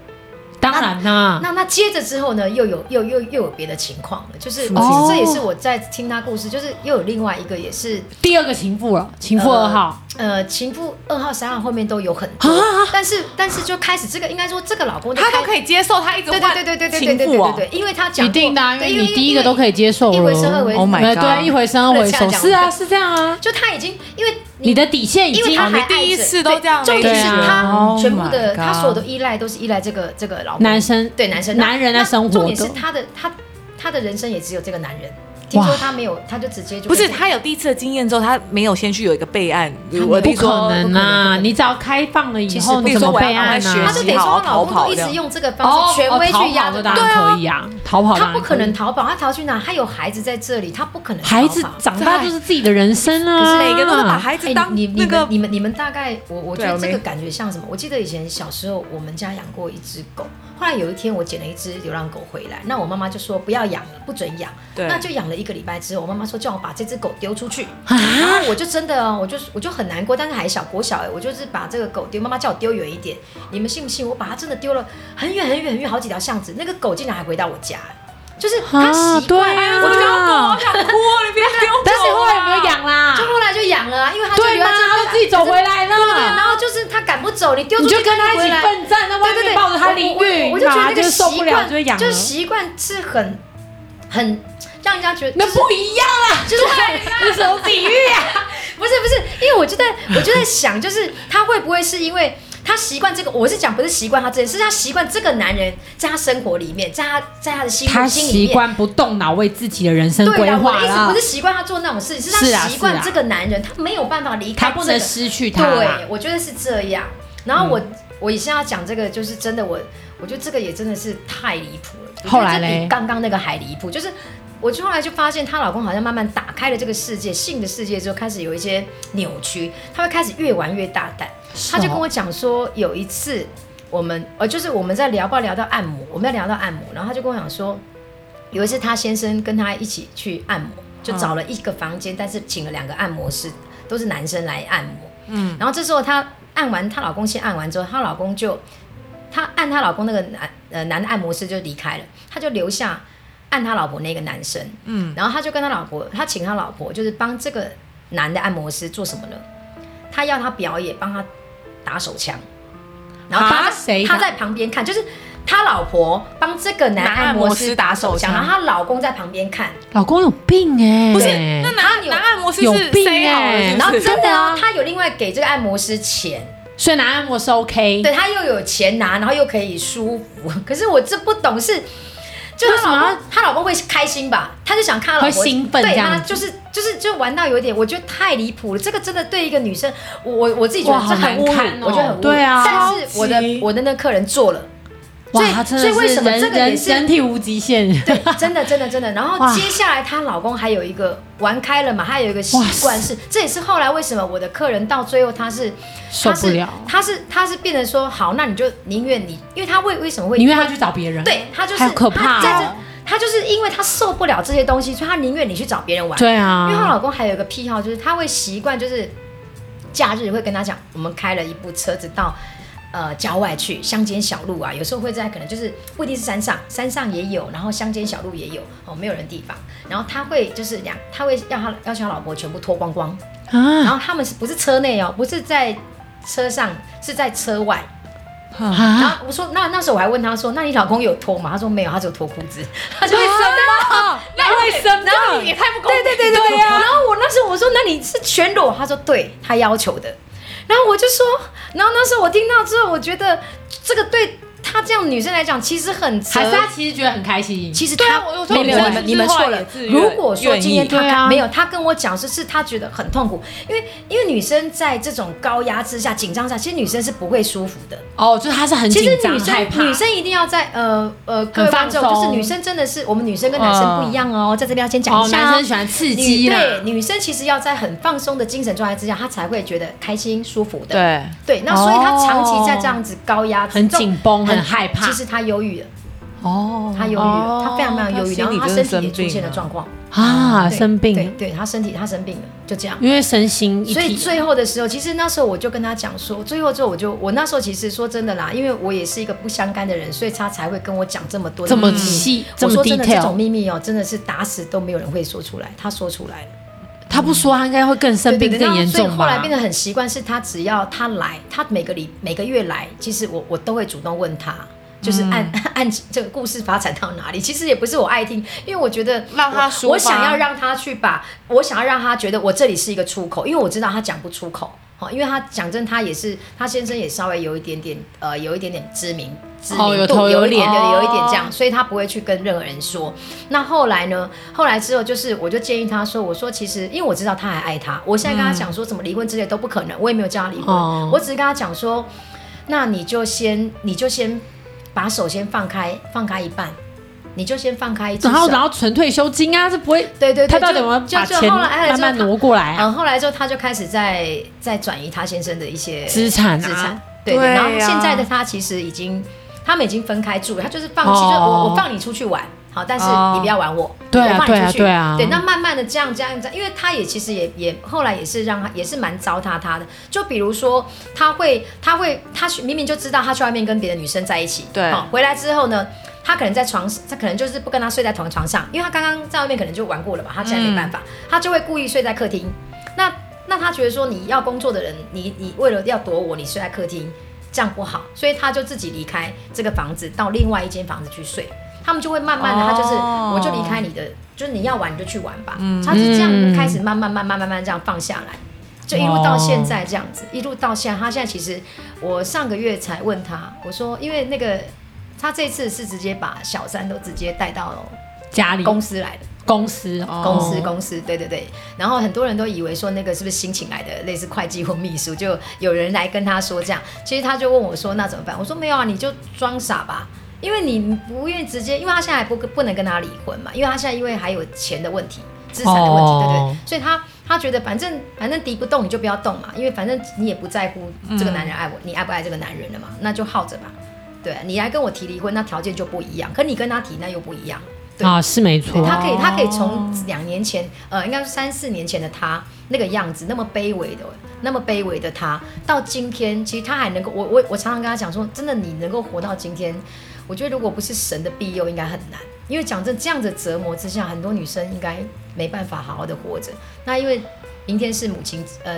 Speaker 2: 当然啦，
Speaker 3: 那那接着之后呢，又有又又又有别的情况了，就是
Speaker 2: 么情
Speaker 3: 我
Speaker 2: 况
Speaker 3: 这也是我在听他故事，就是又有另外一个也是
Speaker 2: 第二个情妇了，情妇二号，
Speaker 3: 呃情妇二号三号后面都有很多，但是但是就开始这个应该说这个老公就
Speaker 1: 啊他都
Speaker 3: 开
Speaker 1: 可以接受，他一直
Speaker 3: 对
Speaker 1: 换
Speaker 3: 对对对对对对对
Speaker 1: 情妇
Speaker 3: 对
Speaker 1: 哦
Speaker 3: 对，因为他讲
Speaker 2: 一
Speaker 3: 过
Speaker 2: 定的啊，因
Speaker 3: 对
Speaker 2: 为
Speaker 3: 因
Speaker 2: 你第一个都可
Speaker 3: 以。
Speaker 2: 以接受了，
Speaker 3: 因为一回生二回熟
Speaker 1: Oh my
Speaker 2: 对
Speaker 1: god！
Speaker 2: 对，一回生二回
Speaker 3: 不
Speaker 2: 熟，
Speaker 3: 能这样讲
Speaker 2: 是啊，是这样啊，
Speaker 3: 就他已经，因为
Speaker 2: 你的底线已
Speaker 3: 因为
Speaker 2: 经
Speaker 3: 他
Speaker 1: 哦
Speaker 3: 还
Speaker 1: 你第一
Speaker 3: 爱着
Speaker 1: 次都
Speaker 3: 对
Speaker 1: 这样
Speaker 3: 重
Speaker 1: 了
Speaker 3: 点是
Speaker 2: 对啊
Speaker 3: 他
Speaker 1: Oh
Speaker 3: 全部的
Speaker 1: my
Speaker 3: 他所有的
Speaker 1: God
Speaker 3: 依赖都是依赖这个这个老公
Speaker 2: 男生
Speaker 3: 对男生
Speaker 2: 男人在生活的
Speaker 3: 那重点是他的他他的人生也只有这个男人。听说他没有，他就直接就
Speaker 1: 不是他有第一次的经验之后，他没有先去有一个备案，我弟
Speaker 2: 不
Speaker 1: 说
Speaker 2: 可能
Speaker 3: 不可
Speaker 2: 啊！
Speaker 3: 能
Speaker 2: 你只要开放了以
Speaker 3: 其实
Speaker 2: 后，
Speaker 3: 不
Speaker 2: 你怎
Speaker 1: 可
Speaker 2: 么啊
Speaker 1: 能
Speaker 2: 备案呢
Speaker 1: 我要
Speaker 3: 他
Speaker 1: 赶快
Speaker 3: 就
Speaker 1: 学习
Speaker 3: 得
Speaker 1: 嗯
Speaker 3: 说
Speaker 1: 好好
Speaker 3: 他老公
Speaker 1: 逃跑
Speaker 3: 都一
Speaker 1: 这
Speaker 3: 直
Speaker 1: 样
Speaker 3: 用这个方式权威去压着
Speaker 2: 的当
Speaker 3: 他
Speaker 2: 然可以啊，逃跑
Speaker 3: 他
Speaker 2: 当然
Speaker 3: 不可
Speaker 2: 可
Speaker 3: 能
Speaker 2: 以。
Speaker 3: 逃跑，他逃去哪？他有孩子在这里，他不可能逃跑
Speaker 2: 孩子长大就是自己的人生
Speaker 1: 可
Speaker 2: 啊，
Speaker 1: 是每个人都是把孩
Speaker 3: 哎
Speaker 1: 子当
Speaker 3: 你你
Speaker 1: 那个
Speaker 3: 你们你们你们大概我我觉
Speaker 1: 对啊
Speaker 3: 得
Speaker 1: 我没
Speaker 3: 这个感觉像什么？我记得以前小时候我们家养过一只狗，后来有一天我捡了一只流浪狗回来，那我妈妈就说不要养了，不准养。
Speaker 1: 对
Speaker 3: 那就养了一个礼拜之后，我妈妈说叫我把这只狗丢出去，
Speaker 1: 啊
Speaker 3: 然后我就真的哦我就我就很难过，但是还小国小哎，我就是把这个狗丢，妈妈叫我丢远一点，你们信不信？我把它真的丢了很远很远很远好几条巷子，那个狗竟然还回到我家，就是它
Speaker 2: 啊
Speaker 3: 习，
Speaker 2: 对
Speaker 3: 惯，哎
Speaker 2: 啊，
Speaker 1: 我觉得好想哭哦，你别丢我啊。
Speaker 2: 但是后来有没有养啦
Speaker 3: 就？后来就养了啊，因为它就
Speaker 2: 对
Speaker 3: 留
Speaker 2: 吗？
Speaker 3: 在这
Speaker 2: 他
Speaker 3: 里
Speaker 2: 都自己走回来
Speaker 3: 对，啊然
Speaker 2: 了，
Speaker 3: 后就是他赶不走，你丢出
Speaker 2: 你
Speaker 3: 去
Speaker 2: 就跟他一
Speaker 3: 回
Speaker 2: 起
Speaker 3: 来
Speaker 2: 奋战，在外
Speaker 3: 对对
Speaker 2: 面
Speaker 3: 对，
Speaker 2: 抱着他淋
Speaker 3: 我我
Speaker 2: 浴，
Speaker 3: 我就觉得
Speaker 2: 妈
Speaker 3: 那个
Speaker 2: 就受不
Speaker 3: 习
Speaker 2: 了，
Speaker 3: 惯
Speaker 2: 就会养了。
Speaker 3: 习惯是很很让人家觉得
Speaker 2: 那
Speaker 3: 就是
Speaker 2: 不一样啊啦，
Speaker 3: 就是
Speaker 2: 这什么比喻啊？
Speaker 3: 不是不是，因为我就在我就在想，就是他会不会是因为。他习惯这个，我是讲不是习惯他这件事，是他习惯这个男人在他生活里面，在他在他的心
Speaker 2: 他
Speaker 3: 心里
Speaker 2: 习
Speaker 3: 面，
Speaker 2: 惯不动脑为自己的人生
Speaker 3: 对
Speaker 2: 规
Speaker 3: 啦，我
Speaker 2: 划
Speaker 3: 的意思
Speaker 2: 啦
Speaker 3: 不是，习惯他做那种事情，是
Speaker 2: 是
Speaker 3: 他
Speaker 2: 啊
Speaker 3: 习惯
Speaker 2: 是啊
Speaker 3: 这个男人，他没有办法离开、
Speaker 2: 他
Speaker 3: 这个，
Speaker 2: 不能失去他啦
Speaker 3: 对，。我觉得是这样。然后我、我以前要讲这个，就是真的我，我觉得这个也真的是太离谱了。我觉得
Speaker 2: 后来
Speaker 3: 这
Speaker 2: 嘞
Speaker 3: 比刚刚那个还离谱，就是我就后来就发现她老公好像慢慢打开了这个世界，性的世界之后开始有一些扭曲，他会开始越玩越大胆。
Speaker 2: 是
Speaker 3: 他就跟
Speaker 2: 哦
Speaker 3: 我讲说，有一次我们呃，就是我们在聊，不知道聊到按摩，我们在聊到按摩，然后他就跟我讲说，有一次他先生跟他一起去按摩，就找了一个房间，但是请了两个按摩师，都是男生来按摩。嗯，然后这时候她按完，她老公先按完之后，她老公就她按她老公那个男呃男的按摩师就离开了，她就留下按她老婆那个男生。嗯，然后她就跟她老婆，她请她老婆就是帮这个男的按摩师做什么呢？她要他表演，帮他打手枪，然后
Speaker 2: 啊
Speaker 3: 他
Speaker 2: 谁
Speaker 3: 他
Speaker 2: 打
Speaker 3: 在旁边看，就是他老婆帮这个男
Speaker 1: 男按
Speaker 3: 按
Speaker 1: 摩
Speaker 3: 摩
Speaker 1: 师
Speaker 3: 师
Speaker 1: 打
Speaker 3: 打
Speaker 1: 手
Speaker 3: 手
Speaker 1: 枪
Speaker 3: 枪，然后她老公在旁边看，
Speaker 2: 老公有病哎，
Speaker 1: 不是，那男
Speaker 3: 有
Speaker 1: 男按摩师
Speaker 2: 有
Speaker 1: 是
Speaker 2: 病
Speaker 1: 塞好了
Speaker 2: 欸
Speaker 1: 是不是
Speaker 3: 然后真的
Speaker 2: 对
Speaker 3: 哦
Speaker 2: 啊，
Speaker 3: 他有另外给这个按摩师钱，
Speaker 2: 所以拿按摩是 OK，
Speaker 3: 对他又有钱拿，然后又可以舒服。 可是我这不懂是，就
Speaker 2: 为什
Speaker 3: 她
Speaker 2: 么
Speaker 3: 老公，她老公会开心吧？他就想看她老婆
Speaker 2: 会兴奋
Speaker 3: 对
Speaker 2: 这样
Speaker 3: 他
Speaker 2: 子
Speaker 3: 就是就是就玩到有一点，我觉得太离谱了。这个真的对一个女生，我我我自己觉得
Speaker 2: 哇
Speaker 3: 这
Speaker 2: 好
Speaker 3: 很
Speaker 2: 难
Speaker 3: 侮辱，
Speaker 2: 看哦
Speaker 3: 我觉得很侮辱。
Speaker 2: 对啊
Speaker 3: 但是我
Speaker 1: 超级
Speaker 3: 的我的那客人做了，所
Speaker 2: 哇，
Speaker 3: 以
Speaker 2: 真
Speaker 3: 所
Speaker 2: 的
Speaker 3: 以为
Speaker 2: 是
Speaker 3: 什么
Speaker 2: 人
Speaker 3: 这个
Speaker 2: 人
Speaker 3: 也是
Speaker 2: 人体无极限？
Speaker 3: 对，真的真的真的。然后
Speaker 2: 哇
Speaker 3: 接下来她老公还有一个玩开了嘛，他有一个习惯是，这也是后来为什么我的客人到最后他是
Speaker 2: 受不了
Speaker 3: 他是他是他是变成说好，那你就宁愿你，因为他为为什么会
Speaker 2: 宁愿他去找别人，
Speaker 3: 对他就是
Speaker 2: 好可怕
Speaker 3: 他在这
Speaker 2: 哦，
Speaker 3: 他就是因为他受不了这些东西，所以他宁愿你去找别人玩。
Speaker 2: 对
Speaker 3: 因为她
Speaker 2: 啊，
Speaker 3: 老公还有一个癖好，就是他会习惯，就是假日会跟她讲，我们开了一部车子到呃郊外去，乡间小路啊，有时候会在可能就是不一定是山上，山上也有，然后乡间小路也有，哦，没有人地方，然后他会就是两，他会让他要求他老婆全部脱光光，然
Speaker 2: 啊
Speaker 3: 后他们是不是车内哦，不是在车上，是在车外。然
Speaker 2: 啊，
Speaker 3: 后我说，那那时候我还问他说，那你老公有脱吗？他说没有，他只有脱裤子，他就会生
Speaker 2: 那会生
Speaker 3: 然后你
Speaker 2: 的，
Speaker 3: 也太不公平。对对对对呀、然后我那时候我说，那你是全裸？他说对，他要求的。然后我就说，然后那时候我听到之后，我觉得这个对她这样女生来讲，其实很折
Speaker 2: 还是他其实觉得很开心，
Speaker 3: 其实
Speaker 2: 对
Speaker 3: 他
Speaker 2: 啊，我我
Speaker 3: 没有
Speaker 2: 我
Speaker 3: 你们你们
Speaker 2: 之后
Speaker 3: 错
Speaker 2: 也
Speaker 3: 了
Speaker 2: 自。愿
Speaker 3: 如果说今天
Speaker 2: 愿意对啊
Speaker 3: 他没有，他跟我讲是是他觉得很痛苦，因为因为女生在这种高压之下、紧张下，其实女生是不会舒服的。
Speaker 2: 哦，就是他是很
Speaker 3: 其
Speaker 2: 紧
Speaker 3: 实
Speaker 2: 张
Speaker 3: 女
Speaker 2: 害
Speaker 3: 生
Speaker 2: 怕，
Speaker 3: 女生一定要在呃呃各位
Speaker 2: 很放
Speaker 3: 观众，就是
Speaker 2: 松
Speaker 3: 女生真的是我们女生跟男生不一样哦，在这边要先讲
Speaker 2: 哦，
Speaker 3: 一下、
Speaker 2: 男生喜欢刺激
Speaker 3: 女
Speaker 2: 啦，
Speaker 3: 对，女生其实要在很放松的精神状态之下，她才会觉得开心舒服的。
Speaker 1: 对，
Speaker 3: 对，那所以她
Speaker 2: 哦
Speaker 3: 长期在这样子高压、
Speaker 2: 很
Speaker 3: 这种
Speaker 2: 紧绷很害怕
Speaker 3: 其实她忧郁了，
Speaker 2: 哦，
Speaker 3: 她忧郁了，
Speaker 1: 哦
Speaker 3: 她非常非常忧
Speaker 1: 她
Speaker 3: 郁，然
Speaker 1: 心
Speaker 3: 后
Speaker 1: 里
Speaker 3: 她
Speaker 1: 真的
Speaker 3: 身体
Speaker 1: 生
Speaker 3: 也
Speaker 1: 病
Speaker 3: 出现了
Speaker 1: 了
Speaker 3: 状况，
Speaker 2: 啊，
Speaker 3: 嗯对
Speaker 2: 生
Speaker 3: 对
Speaker 2: 病，，
Speaker 3: 对她身体她生病了，就这样。
Speaker 2: 因为身心一
Speaker 3: 所以
Speaker 2: 体，
Speaker 3: 最后的时候，其实那时候我就跟他讲说，最后之后我就我那时候其实说真的啦，因为我也是一个不相干的人，所以他才会跟我讲这么多的
Speaker 2: 这么
Speaker 3: 秘密
Speaker 2: 细这
Speaker 3: 我
Speaker 2: 么
Speaker 3: 说真的，这种
Speaker 2: detail，
Speaker 3: 秘密哦，真的是打死都没有人会说出来，他说出来了。
Speaker 2: 他不说他应该会更生
Speaker 3: 对对
Speaker 2: 病
Speaker 3: 对，
Speaker 2: 更
Speaker 3: 那
Speaker 2: 严
Speaker 3: 所以
Speaker 2: 重
Speaker 3: 后来
Speaker 2: 吧
Speaker 3: 变？得很习惯，是他只要他来，他每个礼每个月来，其实我我都会主动问他。就是按、
Speaker 2: 嗯
Speaker 3: 按这个故事发展到哪里，其实也不是我爱听，因为我觉得
Speaker 1: 让他
Speaker 3: 我
Speaker 1: 抒发
Speaker 3: 我想要让他去把，我想要让他觉得我这里是一个出口，因为我知道他讲不出口，哦，因为他讲真，他也是他先生也稍微有一点点呃，有一点点知名知名度，
Speaker 2: 哦有头有
Speaker 3: 一
Speaker 2: 脸
Speaker 3: 点对有一点这
Speaker 2: 哦
Speaker 3: 样，所以他不会去跟任何人说。那后来呢？后来之后就是，我就建议他说：“我说其实，因为我知道他还爱他，我现在跟他讲说什么离婚之类都不可能，我也没有叫他离婚，
Speaker 2: 嗯哦
Speaker 3: 我只是跟他讲说，那你就先，你就先把手先放开，放开一半，你就先放开一只
Speaker 2: 然
Speaker 3: 手
Speaker 2: 后，然后存退休金啊，这不会，
Speaker 3: 对对对，
Speaker 2: 他到底
Speaker 3: 就
Speaker 2: 有没有
Speaker 3: 就
Speaker 2: 把
Speaker 3: 就
Speaker 2: 钱
Speaker 3: 后来哎
Speaker 2: 慢慢
Speaker 3: 就他
Speaker 2: 挪过来啊？
Speaker 3: 嗯，后来之后他就开始在在转移他先生的一些
Speaker 2: 资产啊
Speaker 3: 资产，对的
Speaker 1: 对
Speaker 3: 然后
Speaker 1: 呀
Speaker 3: 现在的他其实已经，他们已经分开住了，他就是放弃，
Speaker 2: 哦
Speaker 3: 就是我我放你出去玩。好，但是
Speaker 1: 哦
Speaker 3: 你不要玩我，
Speaker 2: 对啊
Speaker 3: 我放你出去。
Speaker 2: 对啊对啊
Speaker 3: 那慢慢的这样这样这样，因为他也其实也也后来也是让他也是蛮糟蹋他的。就比如说，他会他会他去明明就知道他去外面跟别的女生在一起，
Speaker 1: 对
Speaker 3: 好回来之后呢，他可能在床，他可能就是不跟他睡在同床上，因为他刚刚在外面可能就玩过了吧，他现在没办法，
Speaker 2: 嗯
Speaker 3: 他就会故意睡在客厅。那那他觉得说你要工作的人，你你为了要躲我，你睡在客厅，这样不好，所以他就自己离开这个房子，到另外一间房子去睡。他们就会慢慢的，
Speaker 1: 哦
Speaker 3: 他就是我就离开你的，就是你要玩你就去玩吧。他是这样开始慢慢慢慢慢慢这样放下来，就一路到现在这样子，一路到现在。他现在其实我上个月才问他，我说因为那个他这次是直接把小三都直接带到
Speaker 2: 家里
Speaker 3: 公司来的，
Speaker 2: 公司哦
Speaker 3: 公司公司，对对对。然后很多人都以为说那个是不是新请来的类似会计或秘书，就有人来跟他说这样。其实他就问我说那怎么办？我说没有啊，你就装傻吧。因为你不愿意直接，因为他现在还不不能跟他离婚嘛，因为他现在因为还有钱的问题、资产的问题，
Speaker 2: 哦
Speaker 3: 对对，所以他他觉得反正反正敌不动你就不要动嘛，因为反正你也不在乎这个男人爱
Speaker 2: 嗯
Speaker 3: 我，你爱不爱这个男人了嘛，那就耗着吧。对你来跟我提离婚，那条件就不一样，可你跟他提那又不一样。对
Speaker 2: 啊，是没
Speaker 3: 对
Speaker 2: 错，
Speaker 3: 他可以，他可以从两年前，呃，应该是三四年前的他那个样子，那么卑微的，那么卑微的他，到今天，其实他还能够，我我我常常跟他讲说，真的，你能够活到今天，我觉得如果不是神的庇佑，应该很难。因为讲真，这样的折磨之下，很多女生应该没办法好好的活着。那因为明天是母亲，呃，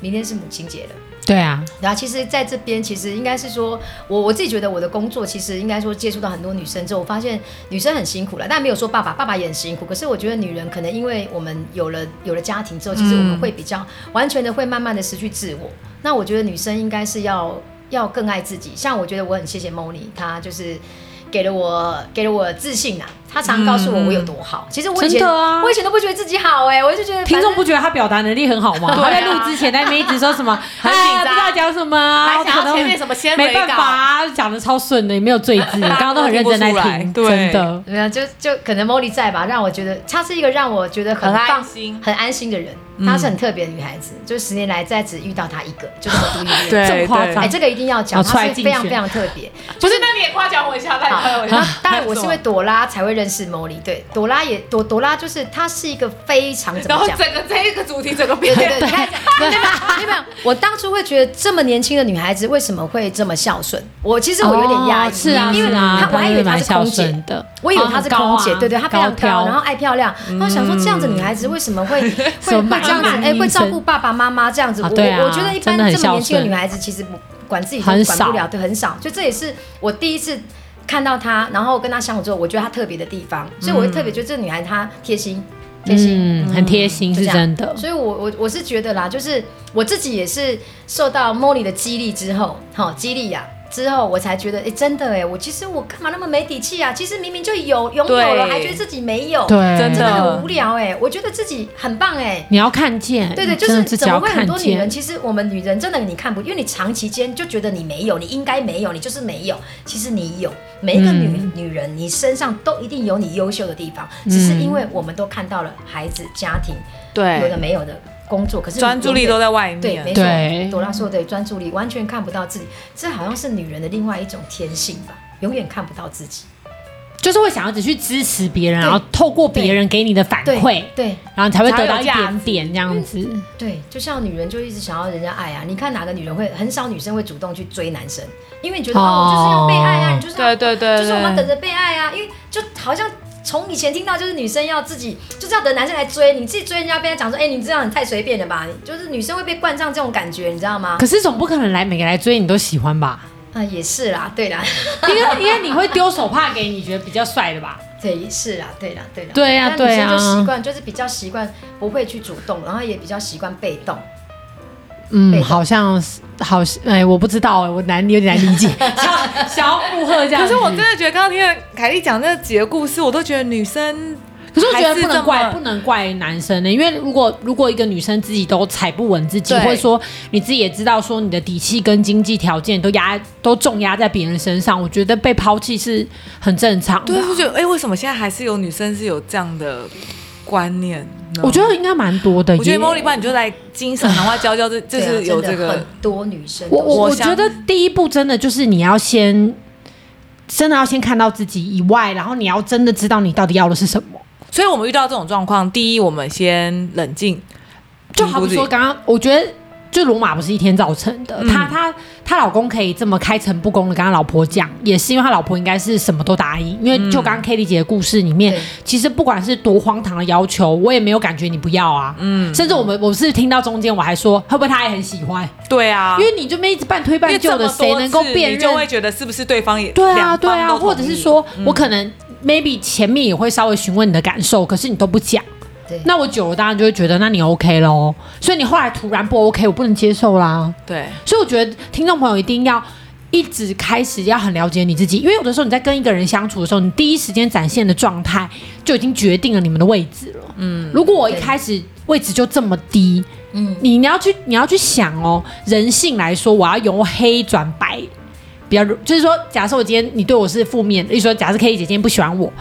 Speaker 3: 明天是母亲节了。
Speaker 2: 对啊，
Speaker 3: 然后其实在这边，其实应该是说，我我自己觉得我的工作其实应该说接触到很多女生之后，我发现女生很辛苦了，但没有说爸爸，爸爸也很辛苦。可是我觉得女人可能因为我们有了有了家庭之后，其实我
Speaker 2: 嗯
Speaker 3: 们会比较完全的会慢慢的失去自我。那我觉得女生应该是要要更爱自己。像我觉得我很谢谢 Moni，她就是给了我给了我自信啊。她他常告诉我我有多好。其实我以
Speaker 2: 嗯真
Speaker 3: 前、
Speaker 2: 的啊
Speaker 3: 我以前都不觉得自己好哎、我就觉得
Speaker 2: 听众
Speaker 3: 不
Speaker 2: 不觉得他表达能力很好吗？
Speaker 1: 对
Speaker 2: 他
Speaker 1: 啊
Speaker 2: 在录之前在那边一直说什 么，
Speaker 1: 很紧
Speaker 2: 哎，
Speaker 1: 张
Speaker 2: 不知道讲什么啊，
Speaker 1: 还想要
Speaker 2: 可能
Speaker 1: 前面什么先
Speaker 2: 没办
Speaker 1: 蕊稿
Speaker 2: 法啊，讲的超顺的，也没有赘字，刚刚都很认真在听，
Speaker 1: 听 不出来
Speaker 2: 真的。
Speaker 3: 怎么啊样，就就可能 Molly 在吧，让我觉得她是一个让我觉得很
Speaker 1: 很安
Speaker 3: 放
Speaker 1: 心
Speaker 3: 很安心的人。
Speaker 2: 嗯
Speaker 3: 她是很特别的女孩子，就十年来再只遇到她一个，就这么 独一无二。
Speaker 1: 对
Speaker 2: 这么夸张
Speaker 3: 哎，这个一定要讲，
Speaker 2: 哦出
Speaker 3: 她
Speaker 2: 来
Speaker 3: 是
Speaker 2: 竞
Speaker 3: 非常
Speaker 2: 选
Speaker 3: 非常特 别。
Speaker 1: 不是，那你也夸奖我一下，那你
Speaker 3: 好
Speaker 1: 夸
Speaker 2: 哎
Speaker 1: 奖我一
Speaker 3: 那
Speaker 1: 下。
Speaker 3: 当然，我是因为朵拉才会认识 Molly。对，朵拉也朵朵拉就是她是一个非常怎
Speaker 1: 然
Speaker 3: 么
Speaker 1: 后
Speaker 3: 讲？
Speaker 1: 整个这一个主题整个
Speaker 3: 对
Speaker 1: 变
Speaker 3: 对对，你看， 对没有没有，我当初会觉得这么年轻的女孩子为什么会这么孝顺？我其实我有点压抑，
Speaker 2: 哦是啊，
Speaker 3: 因为
Speaker 2: 是啊
Speaker 3: 她我还以为她
Speaker 2: 蛮
Speaker 3: 是
Speaker 2: 孝
Speaker 3: 空姐
Speaker 2: 顺，的，
Speaker 3: 我以为她是空姐，
Speaker 2: 哦很高啊
Speaker 3: 对对，她非常
Speaker 2: 挑嗯
Speaker 3: 高，然后爱漂亮，然后想说这样子女孩子为什么 会会
Speaker 2: 手
Speaker 3: 会
Speaker 2: 满
Speaker 3: 这样子？
Speaker 2: 满
Speaker 3: 哎，
Speaker 2: 一
Speaker 3: 会照
Speaker 2: 身
Speaker 3: 顾爸爸妈妈这样子？我
Speaker 2: 啊对啊
Speaker 3: 我觉得一般
Speaker 2: 真的很
Speaker 3: 这么年轻
Speaker 2: 孝
Speaker 3: 的
Speaker 2: 顺
Speaker 3: 女孩子其实不管自己都
Speaker 2: 很
Speaker 3: 管不
Speaker 2: 少
Speaker 3: 了，对，很少，所以这也是我第一次。看到她，然后跟她相处之后，我觉得她特别的地方，所以我会特别觉得这个女孩她贴心，贴心，
Speaker 2: 嗯，很贴心
Speaker 3: 就是这样
Speaker 2: 真的。
Speaker 3: 所以我我我是觉得啦，就是我自己也是受到 Molly 的激励之后，好、激励呀、之后我才觉得，哎、真的哎，我其实我干嘛那么没底气啊？其实明明就有拥有了，
Speaker 1: 对
Speaker 3: 还觉得自己没有，
Speaker 2: 对，
Speaker 1: 真
Speaker 3: 真的很
Speaker 1: 的
Speaker 3: 无聊哎。我觉得自己很棒哎。
Speaker 2: 你要看见，
Speaker 3: 对对，就
Speaker 2: 真
Speaker 3: 是
Speaker 2: 的自己
Speaker 3: 怎
Speaker 2: 要
Speaker 3: 么会很
Speaker 2: 看
Speaker 3: 多女人？
Speaker 2: 见。
Speaker 3: 其实我们女人真的你看不，因为你长期间就觉得你没有，你应该没有，你就是没有。其实你有，每一个女、
Speaker 2: 嗯
Speaker 3: 女人，你身上都一定有你优秀的地方，只
Speaker 2: 嗯
Speaker 3: 是因为我们都看到了孩子、家庭，有的没有的工作，可是你
Speaker 1: 专注力都在外
Speaker 3: 对，没
Speaker 1: 面。
Speaker 2: 对
Speaker 3: 错。朵拉说的专注力完全看不到自己，这好像是女人的另外一种天性吧，永远看不到自己。
Speaker 2: 就是会想要只去支持别人，
Speaker 3: 对
Speaker 2: 然后透过别人给你的反
Speaker 3: 对
Speaker 2: 馈，
Speaker 3: 对
Speaker 2: 然后你才会得到
Speaker 1: 才
Speaker 2: 一
Speaker 1: 有价值
Speaker 2: 点点这样子。
Speaker 3: 对，就像女人就一直想要人家爱啊，你看哪个女人会很少女生会主动去追男生，因为你觉得
Speaker 2: 哦
Speaker 3: 哦，我就是要被爱啊，你就是要
Speaker 1: 对对对，
Speaker 3: 就是我们
Speaker 1: 对
Speaker 3: 等着被爱啊，因为就好像。从以前听到就是女生要自己就是要等男生来追，你自己追人家被他讲说，哎、你这样你太随便了吧，就是女生会被惯上这种感觉，你知道吗？
Speaker 2: 可是总不可能来每个来追你都喜欢 吧？
Speaker 3: 啊、也是啦，对啦，
Speaker 2: 因为因为你会丢手帕给你觉得比较帅的吧？
Speaker 3: 对，是啦，啊对啦，对啦，
Speaker 2: 对呀
Speaker 3: 但
Speaker 2: 对
Speaker 3: 女生
Speaker 2: 呀
Speaker 3: 就习惯，就是比较习惯不会去主动，然后也比较习惯被动。
Speaker 2: 嗯，
Speaker 3: 对
Speaker 2: 好像是好像哎，我不知道哎，我难有点难理解， 想想要附和这样
Speaker 1: 可
Speaker 2: 子。
Speaker 1: 是我真的觉得刚刚听了凯莉讲那几个故事，我都觉得女生
Speaker 2: 可是我觉得
Speaker 1: 还
Speaker 2: 不
Speaker 1: 是这
Speaker 2: 能
Speaker 1: 么
Speaker 2: 怪不能怪男生呢、因为如果如果一个女生自己都踩不稳自己，
Speaker 1: 对
Speaker 2: 或者说你自己也知道说你的底气跟经济条件都压都重压在别人身上，我觉得被抛弃是很正常的
Speaker 1: 对，。就觉得哎、为什么现在还是有女生是有这样的观念呢？
Speaker 2: 我觉得应该蛮多的耶。
Speaker 1: 我觉得莫莉吧，你就来精神谈话教教，这就
Speaker 3: 对啊
Speaker 1: 是有
Speaker 3: 真
Speaker 1: 这
Speaker 3: 的
Speaker 1: 个
Speaker 3: 很多女生都
Speaker 2: 我
Speaker 3: 是，
Speaker 2: 我
Speaker 1: 我
Speaker 2: 我
Speaker 1: 想
Speaker 2: 觉得第一步真的就是你要先真的要先看到自己以外，然后你要真的知道你到底要的是什么。
Speaker 1: 所以我们遇到这种状况，第一，我们先冷静，
Speaker 2: 就好比说，刚刚我觉得。就罗马不是一天造成的，
Speaker 1: 嗯
Speaker 2: 她她她老公可以这么开诚布公的跟她老婆讲，也是因为她老婆应该是什么都答应。因为
Speaker 1: 嗯
Speaker 2: 就刚刚 k a t i e 姐的故事里面
Speaker 3: 对，
Speaker 2: 其实不管是多荒唐的要求，我也没有感觉你不要啊。嗯，甚至我们我是听到中间我还说，会不会她也很喜欢？
Speaker 1: 对啊，
Speaker 2: 因为你这边一直半推
Speaker 1: 因
Speaker 2: 半
Speaker 1: 为
Speaker 2: 就
Speaker 1: 这
Speaker 2: 的，
Speaker 1: 么多
Speaker 2: 谁能够
Speaker 1: 次
Speaker 2: 辨
Speaker 1: 你就
Speaker 2: 认
Speaker 1: 会觉得是不是对方也
Speaker 2: 对啊，
Speaker 1: 两方
Speaker 2: 对啊，
Speaker 1: 都同
Speaker 2: 或
Speaker 1: 意嗯
Speaker 2: 者是说、我可能 maybe 前面也会稍微询问你的感受，可是你都不讲。
Speaker 3: 对
Speaker 2: 那我久了当然就会觉得，那你 OK 咯。所以你后来突然不 OK，我不能接受啦。
Speaker 1: 对啊
Speaker 2: 所以我觉得听众朋友一定要一直开始要很了解你自己，因为有的时候你在跟一个人相处的时候，你第一时间展现的状态就已经决定了你们的位置了。嗯，如果我一
Speaker 3: 对
Speaker 2: 开始位置就这么低，
Speaker 3: 嗯，
Speaker 2: 你你要去你要去想哦，人性来说，我要由黑转白。比较就是说，假设我今天你对我是负面，例如说，假设 K 姐今天不喜欢我，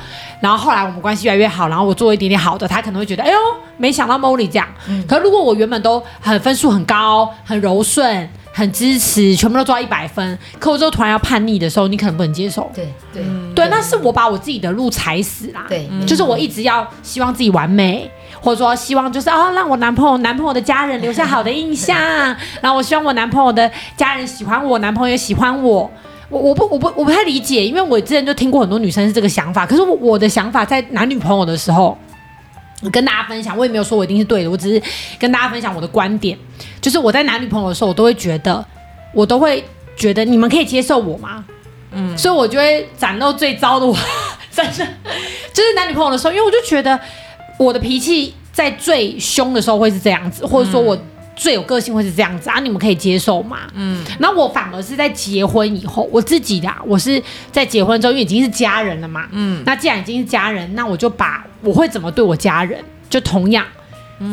Speaker 2: 然后后来我们关系越来越好，然后我做一点点好的，她可能会觉得，哎呦，没想到 Molly 这样。
Speaker 3: 嗯
Speaker 2: 可如果我原本都很分数很高，很柔顺，很支持，全部都做到一百分，可我之后突然要叛逆的时候，你可能不能接受。
Speaker 3: 对对
Speaker 2: 对，那是我把我自己的路踩死啦。
Speaker 3: 对嗯
Speaker 2: 就是我一直要希望自己完美，或者说希望就是啊，让我男朋友、男朋友的家人留下好的印象，然后我希望我男朋友的家人喜欢我，男朋友也喜欢我。我我不我不我不太理解，因为我之前就听过很多女生是这个想法，可是我我的想法在男女朋友的时候，我跟大家分享，我也没有说我一定是对的，我只是跟大家分享我的观点，就是我在男女朋友的时候，我都会觉得，我都会觉得你们可以接受我吗？所以我就会展露最糟的我， 真的就是男女朋友的时候，因为我就觉得我的脾气在最凶的时候会是这样子，或者说我最有个性会是这样子啊，你们可以接受吗？嗯，那我反而是在结婚以后，我自己的、啊，我是在结婚之后，因为已经是家人了嘛，嗯，那既然已经是家人，那我就把我会怎么对我家人，就同样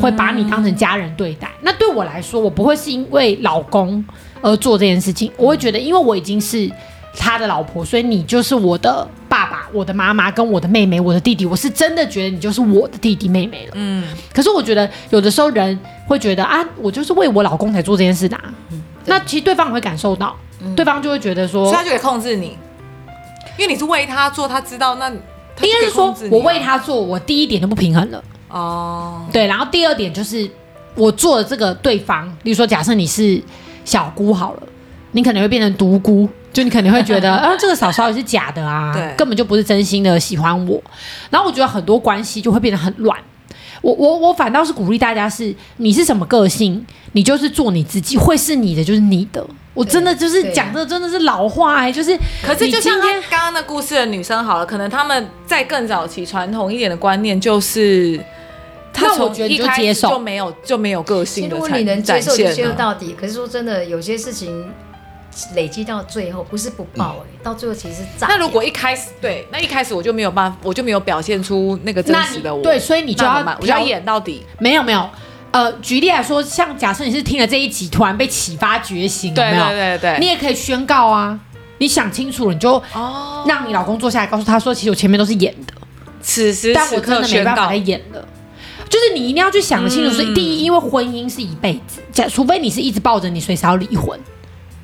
Speaker 2: 会把你当成家人对待。那对我来说，我不会是因为老公而做这件事情，我会觉得，因为我已经是他的老婆，所以你就是我的爸爸、我的妈妈、跟我的妹妹、我的弟弟，我是真的觉得你就是我的弟弟妹妹了。
Speaker 4: 嗯，
Speaker 2: 可是我觉得有的时候人会觉得啊，我就是为我老公才做这件事的、啊，
Speaker 4: 嗯
Speaker 2: 那其实对方也会感受到，对方就会觉得说
Speaker 4: 所以，他就可以控制你，因为你是为他做，他知道那他就
Speaker 2: 应该
Speaker 4: 可以
Speaker 2: 是说
Speaker 4: 控制你啊
Speaker 2: 我为他做，我第一点就不平衡了，
Speaker 4: 哦，
Speaker 2: 对，然后第二点就是我做了这个对方，例如说假设你是小姑好了，你可能会变成独孤。就你可能会觉 得，啊，这个嫂嫂也是假的啊，
Speaker 4: 对
Speaker 2: 根本就不是真心的喜欢我。然后我觉得很多关系就会变得很乱，我我我反倒是鼓励大家是，你是什么个性，你就是做你自己，会是你的就是你的。我真的就是
Speaker 3: 对啊
Speaker 2: 讲的真的是老话哎、就是
Speaker 4: 可是
Speaker 2: 你
Speaker 4: 就
Speaker 2: 今
Speaker 4: 像他
Speaker 2: 天
Speaker 4: 刚刚的故事的女生好了，可能他们在更早期传统一点的观念就是，他
Speaker 2: 那我
Speaker 4: 从
Speaker 2: 觉得你
Speaker 4: 一
Speaker 2: 就
Speaker 4: 开
Speaker 2: 接
Speaker 4: 始
Speaker 2: 受
Speaker 4: 就没有就没有个
Speaker 3: 其
Speaker 4: 性
Speaker 3: 实
Speaker 4: 的
Speaker 3: 如果
Speaker 4: 展
Speaker 3: 你能接
Speaker 4: 展
Speaker 2: 啊
Speaker 3: 受，就接
Speaker 4: 现
Speaker 3: 受
Speaker 4: 了。
Speaker 3: 到底。可是说真的，有些事情累积到最后不是不报、哎，到最后其实是炸掉。
Speaker 4: 那如果一开始对，那一开始我就没有办法，我就没有表现出那个真
Speaker 2: 那
Speaker 4: 实
Speaker 2: 你
Speaker 4: 的我。
Speaker 2: 对，所以你就
Speaker 4: 那
Speaker 2: 要
Speaker 4: 怎么办我就要
Speaker 2: 调
Speaker 4: 演到底。
Speaker 2: 没有没有，呃，举例来说，像假设你是听了这一集，突然被启发觉醒，有
Speaker 4: 对
Speaker 2: 没有
Speaker 4: 对对对
Speaker 2: 你也可以宣告啊，你想清楚了，你就
Speaker 4: 哦，
Speaker 2: 让你老公坐下来，告诉他说，其实我前面都是演的，
Speaker 4: 此时
Speaker 2: 但
Speaker 4: 此
Speaker 2: 我真
Speaker 4: 刻
Speaker 2: 的没
Speaker 4: 宣
Speaker 2: 办法
Speaker 4: 告
Speaker 2: 再，演了。就是你一定要去想得清楚，
Speaker 3: 嗯
Speaker 2: 是、第一，因为婚姻是一辈子，假除非你是一直抱着你随时要离婚，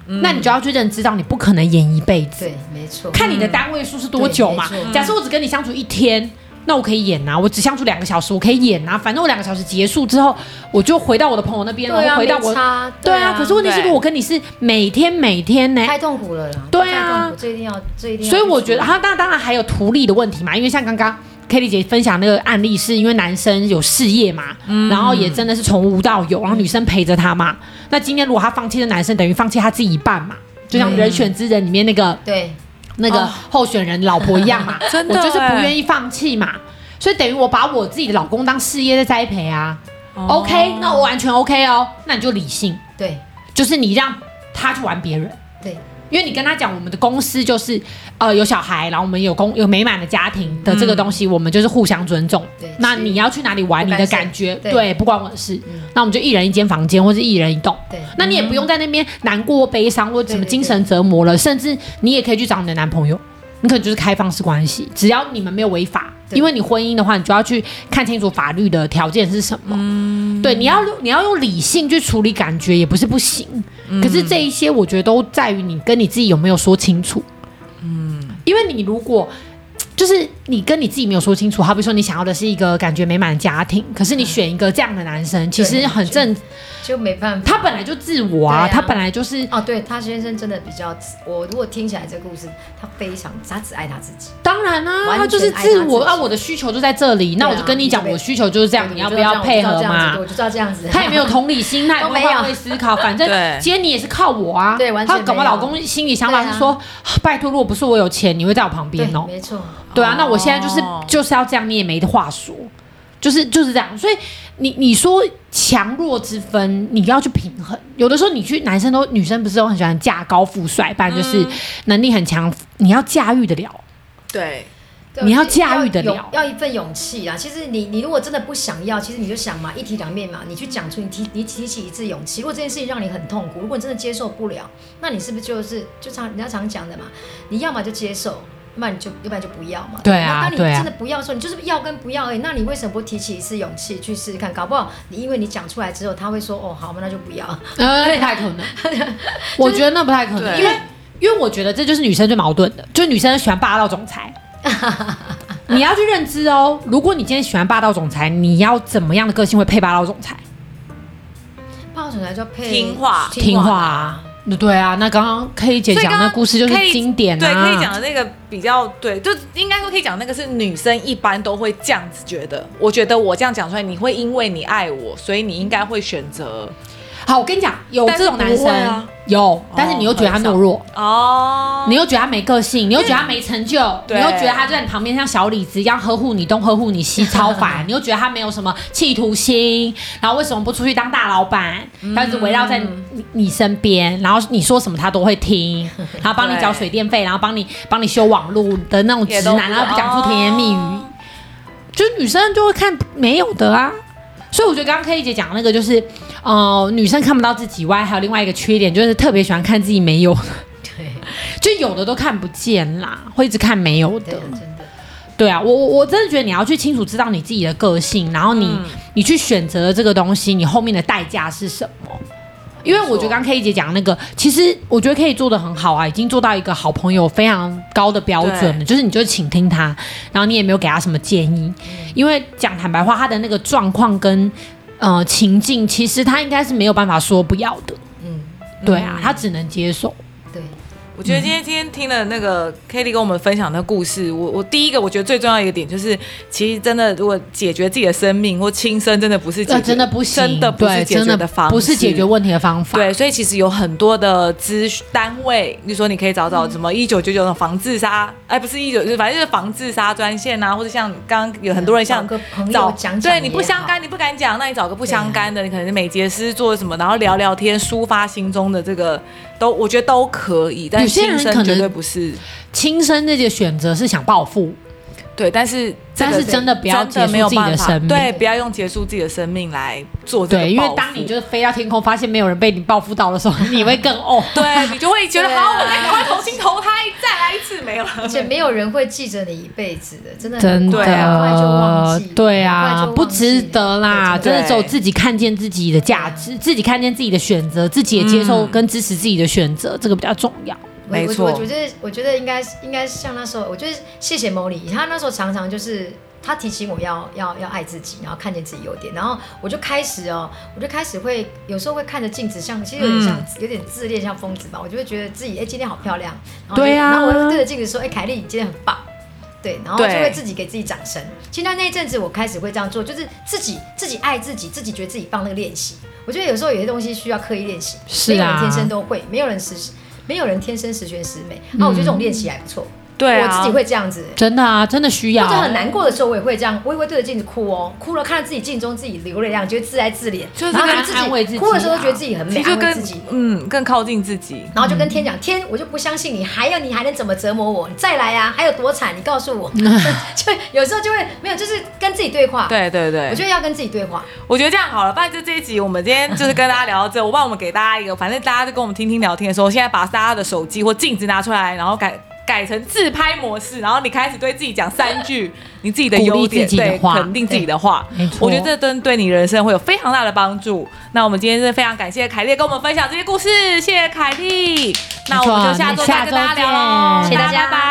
Speaker 2: 那你就要去认知到你不可能演一辈子
Speaker 3: 嗯对。，没错，
Speaker 2: 看你的单位数是多久嘛
Speaker 3: 对没错。
Speaker 2: 假设我只跟你相处一天，那我可以演啊；我只相处两个小时，我可以演啊。反正我两个小时结束之后，我就回到我的朋友那边了，
Speaker 3: 对啊，
Speaker 2: 我回到我
Speaker 3: 没。差，
Speaker 2: 对啊，可是问题是，
Speaker 4: 对
Speaker 2: 如果我跟你是每天每天呢、
Speaker 3: 太痛苦了啦，
Speaker 2: 对啊
Speaker 3: 太痛苦，这一定要，这一定要去处
Speaker 2: 所
Speaker 3: 理。
Speaker 2: 以我觉得，哈，那当然还有图利的问题嘛，因为像刚刚 k e l l y 姐分享那个案例，是因为男生有事业嘛，然后也真的是从无到有，然后女生陪着他嘛。那今天如果他放弃了男生，等于放弃他自己一半嘛，就像《人选之人》里面那个
Speaker 3: 对，
Speaker 2: 那个
Speaker 4: 哦
Speaker 2: 候选人老婆一样嘛，
Speaker 4: 真的
Speaker 2: 我就是不
Speaker 4: 欸
Speaker 2: 愿意放弃嘛，所以等于我把我自己的老公当事业在栽培啊。OK，那
Speaker 4: 哦
Speaker 2: 我完全 OK 哦，那你就理性，
Speaker 3: 对，
Speaker 2: 就是你让他去玩别人，
Speaker 3: 对，
Speaker 2: 因为你跟他讲我们的公司就是呃有小孩，然后我们有公有美满的家庭的这个东西，我们就是互相尊重。
Speaker 3: 嗯对
Speaker 2: 那
Speaker 3: 是
Speaker 2: 你要去哪里玩，你
Speaker 3: 不干
Speaker 2: 的
Speaker 3: 涉
Speaker 2: 感觉
Speaker 3: 对
Speaker 2: 对，不关我的事
Speaker 3: 嗯。
Speaker 2: 那我们就一人一间房间，或是一人一栋。
Speaker 3: 对
Speaker 2: 那你也不用在那边难过、悲伤或者什么
Speaker 3: 对对
Speaker 2: 精神折磨了，甚至你也可以去找你的男朋友，你可能就是开放式关系，只要你们没有违法。
Speaker 3: 对
Speaker 2: 因为你婚姻的话，你就要去看清楚法律的条件是什么。
Speaker 3: 嗯
Speaker 2: 对，你要你要用理性去处理感觉，也不是不行。
Speaker 3: 嗯
Speaker 2: 可是这一些，我觉得都在于你跟你自己有没有说清楚。嗯，因为你如果就是你跟你自己没有说清楚，好比说你想要的是一个感觉美满的家庭，可是你选一个这样的男生，其实很正，
Speaker 3: 就没办法。
Speaker 2: 他本来就自我啊，
Speaker 3: 对啊
Speaker 2: 他本来就是，
Speaker 3: 哦，对他先生真的比较，我如果听起来这故事，他非常，他只爱他自己，
Speaker 2: 当然啊，
Speaker 3: 完全
Speaker 2: 他就是自我
Speaker 3: 爱
Speaker 2: 啊，
Speaker 3: 他自己
Speaker 2: 我的需求就在这里，那我就跟你讲，
Speaker 3: 对啊
Speaker 2: 我的需求就是这样，
Speaker 3: 对
Speaker 2: 你要不要配合嘛？
Speaker 3: 我就知道这样子，我就知道这样子
Speaker 2: 他也没 有同理心，他也不会
Speaker 3: 都没有
Speaker 2: 换位思 考。反正
Speaker 4: 哦对
Speaker 2: 今天你也是靠我啊。
Speaker 3: 对完全
Speaker 2: 他搞不好
Speaker 3: 没有
Speaker 2: 老公心里想法
Speaker 3: 对
Speaker 2: 是
Speaker 3: 啊
Speaker 2: 说，拜托，如果不是我有钱，你会在我旁边哦
Speaker 3: 对，。没错，
Speaker 2: 对啊，那我现在就是
Speaker 4: 哦
Speaker 2: 就是要这样，你也没得话说，就是就是这样。所以你你说强弱之分，你要去平衡。有的时候你去男生都女生不是都很喜欢嫁高富帅，不然就是
Speaker 4: 嗯
Speaker 2: 能力很强，你要驾驭得 了。
Speaker 4: 对，
Speaker 3: 对
Speaker 2: 你要
Speaker 3: 我觉得
Speaker 2: 驾驭得
Speaker 3: 要
Speaker 2: 了
Speaker 3: 要一份勇气啊！其实你你如果真的不想要，其实你就想嘛，一体两面嘛，你去讲出你提你提起一次勇气。如果这件事情让你很痛苦，如果你真的接受不了，那你是不是就是就常人家常讲的嘛？你要么就接受，要不然你就要不然就不要嘛。
Speaker 2: 对啊
Speaker 3: 那当你
Speaker 2: 对啊
Speaker 3: 真的不要的时候，你就是要跟不要而已。那你为什么不提起一次勇气去试试看？搞不好你因为你讲出来之后，他会说哦好嘛，那就不要。
Speaker 2: 呃，那不太可能。 我觉得那不太可能，
Speaker 4: 对
Speaker 2: 因为因为我觉得这就是女生最矛盾的，就是女生喜欢霸道总 裁。你要去认知哦，如果你今天喜欢霸道总裁，你要怎么样的个性会配霸道总裁？
Speaker 3: 霸道总裁就要配
Speaker 4: 听话
Speaker 2: 听话啊，对啊。那刚刚 K 姐
Speaker 4: 所以
Speaker 2: 讲
Speaker 4: 刚
Speaker 2: 那
Speaker 4: 刚
Speaker 2: 故事就是
Speaker 4: 可以
Speaker 2: 经典啊，
Speaker 4: 对，可以讲的那个比较对，就应该说可以讲那个是女生一般都会这样子觉得。我觉得我这样讲出来，你会因为你爱我，所以你应该会选择
Speaker 2: 好，我跟你讲，有
Speaker 4: 但是
Speaker 2: 这种男
Speaker 4: 不
Speaker 2: 生、
Speaker 4: 会啊
Speaker 2: 有，但是你又觉得他懦弱，
Speaker 4: 哦，
Speaker 2: 你又觉得他没个性，你又觉得他没成就，你
Speaker 4: 对
Speaker 2: 又觉得他就在你旁边像小李子一样呵护你东呵护你西，超 烦。你又觉得他没有什么企图心，然后为什么不出去当大老板？
Speaker 4: 嗯
Speaker 2: 他一直围绕在你你你身边，然后你说什么他都会 听，然后帮你
Speaker 4: 对
Speaker 2: 缴水电费，然后帮你帮你修网路的那种直
Speaker 4: 也都不
Speaker 2: 男，然后不讲出甜言蜜语
Speaker 4: 哦，
Speaker 2: 就女生就会看没有的啊。所以我觉得刚刚 K 姐讲那个就是，呃，女生看不到自己以外，还有另外一个缺点就是特别喜欢看自己没有的
Speaker 3: 对
Speaker 2: 就有的都看不见啦，会一直看没有
Speaker 3: 对
Speaker 2: 的。
Speaker 3: 真的。
Speaker 2: 对啊，我我我真的觉得你要去清楚知道你自己的个性，然后你、
Speaker 3: 嗯
Speaker 2: 你去选择这个东西，你后面的代价是什么？因为我觉得刚刚 K 姐讲那个，其实我觉得可以做的很好啊，已经做到一个好朋友非常高的标准了，就是你就倾听他，然后你也没有给他什么建议，因为讲坦白话，他的那个状况跟呃情境，其实他应该是没有办法说不要的，
Speaker 3: 嗯，
Speaker 2: 对啊，他只能接受。
Speaker 3: 对，
Speaker 4: 我觉得今天今天听了那个 Kelly 跟我们分享的故事，我我第一个我觉得最重要的一个点就是，其实真的如果解决自己的生命或轻生，呃真的不是解
Speaker 2: 这
Speaker 4: 决、
Speaker 2: 呃真的不行，
Speaker 4: 真的不是
Speaker 2: 对
Speaker 4: 解
Speaker 2: 真
Speaker 4: 决
Speaker 2: 的
Speaker 4: 的方式，
Speaker 2: 不是解决问题的方法。
Speaker 4: 对，所以其实有很多的资讯单位，你说你可以找
Speaker 2: 嗯
Speaker 4: 找什么一九九九的防自杀，哎，不是一九，反正就是防自杀专线啊，或者像刚刚有很多人像
Speaker 3: 找个朋友
Speaker 4: 找
Speaker 3: 讲讲
Speaker 4: 对
Speaker 3: 也
Speaker 4: 你不相
Speaker 3: 好
Speaker 4: 干，你不敢讲，那你找个不相干
Speaker 2: 啊
Speaker 4: 的，你可能是美睫师做什么，然后聊聊天，抒发心中的这个都，我觉得都可以，但
Speaker 2: 有些
Speaker 4: 轻
Speaker 2: 人
Speaker 4: 生
Speaker 2: 可
Speaker 4: 绝
Speaker 2: 能
Speaker 4: 对不是
Speaker 2: 亲生那些选择是想报复，
Speaker 4: 对，但是这个
Speaker 2: 但是真的不要
Speaker 4: 真的没有
Speaker 2: 结束自己的
Speaker 4: 办法
Speaker 2: 生命
Speaker 4: 对，不要用结束自己的生命来做这个报复，
Speaker 2: 对，因为当你就是飞到天空，发现没有人被你报复到的时候， 你会更哦。
Speaker 4: 对你就 会觉得
Speaker 3: 对啊
Speaker 4: 好，我再赶快重新投胎，再来一次，没有了。
Speaker 3: 而且没有人会记着你一辈子的，真的
Speaker 2: 真
Speaker 3: 很
Speaker 2: 的，
Speaker 3: 快
Speaker 4: 对啊
Speaker 3: 很快就忘记，
Speaker 2: 对
Speaker 3: 很快
Speaker 2: 啊
Speaker 3: 就忘，记
Speaker 2: 不值得啦！
Speaker 4: 对
Speaker 2: 真的只有
Speaker 4: 对
Speaker 2: 自己看见自己的价值，自己看见自己的选择，自己也接受
Speaker 4: 嗯
Speaker 2: 跟支持自己的选择，这个比较重要。
Speaker 3: 我
Speaker 4: 没错
Speaker 3: 我我我觉得我觉得应该应该像那时候，我觉得谢谢某里，他那时候常常就是他提醒我要要要爱自己，然后看见自己优点，然后我就开始哦，我就开始会有时候会看着镜子像，其实有点像、有点自恋，像疯子吧，我就会觉得自己哎、今天好漂亮，然后就
Speaker 2: 对啊
Speaker 3: 然后我就对着镜子说哎、凯莉你今天很棒。对，然后就
Speaker 4: 对
Speaker 3: 会自己给自己掌声。其实那那一阵子，我开始会这样做，就是自己自己爱自己，自己觉得自己棒那个练习。我觉得有时候有些东西需要刻意练习，
Speaker 2: 是啊
Speaker 3: 没有人天生都会，没有人十没有人天生十全十美。啊，我觉得这种练习还不错。
Speaker 4: 对啊，
Speaker 3: 我自己会这样子、
Speaker 2: 嗯真的啊，真的需要
Speaker 3: 或。者很难过的时候，我也会这样，我也会对着镜子哭哦，哭了看着自己镜中自己流泪，样觉得自哀自怜，
Speaker 4: 就是
Speaker 3: 然后
Speaker 4: 跟
Speaker 3: 觉得自己
Speaker 2: 安慰自己
Speaker 3: 哭的时候
Speaker 2: 啊
Speaker 3: 觉得自己很美，
Speaker 4: 其实就
Speaker 3: 安慰
Speaker 4: 跟
Speaker 3: 自己。
Speaker 4: 嗯更靠近自己。
Speaker 3: 然后
Speaker 2: 嗯
Speaker 3: 就跟天讲，天，我就不相信你，还要你还能怎么折磨我？你再来啊，还有多惨？你告诉 我，就有时候就会没有，就是跟自己对话。，
Speaker 4: 对对对，
Speaker 3: 我觉得要跟自己对话。
Speaker 4: 我觉得这样好了，不然就这一集我们今天就是跟大家聊到这，我帮我们给大家一个，反正大家就跟我们听听聊天的时候，现在把大家的手机或镜子拿出来，然后改改成自拍模式，然后你开始对自己讲三句你自己的优
Speaker 2: 鼓励
Speaker 4: 点，
Speaker 2: 自己的
Speaker 4: 对，
Speaker 2: 话
Speaker 4: 肯定自己的话
Speaker 2: 对没，错
Speaker 4: 我觉得这真对你人生会有非常大的帮助。那我们今天真的非常感谢凯莉跟我们分享这些故事，谢谢凯莉，那我们就下周再跟大家聊喽，
Speaker 2: 谢谢大家
Speaker 4: 拜拜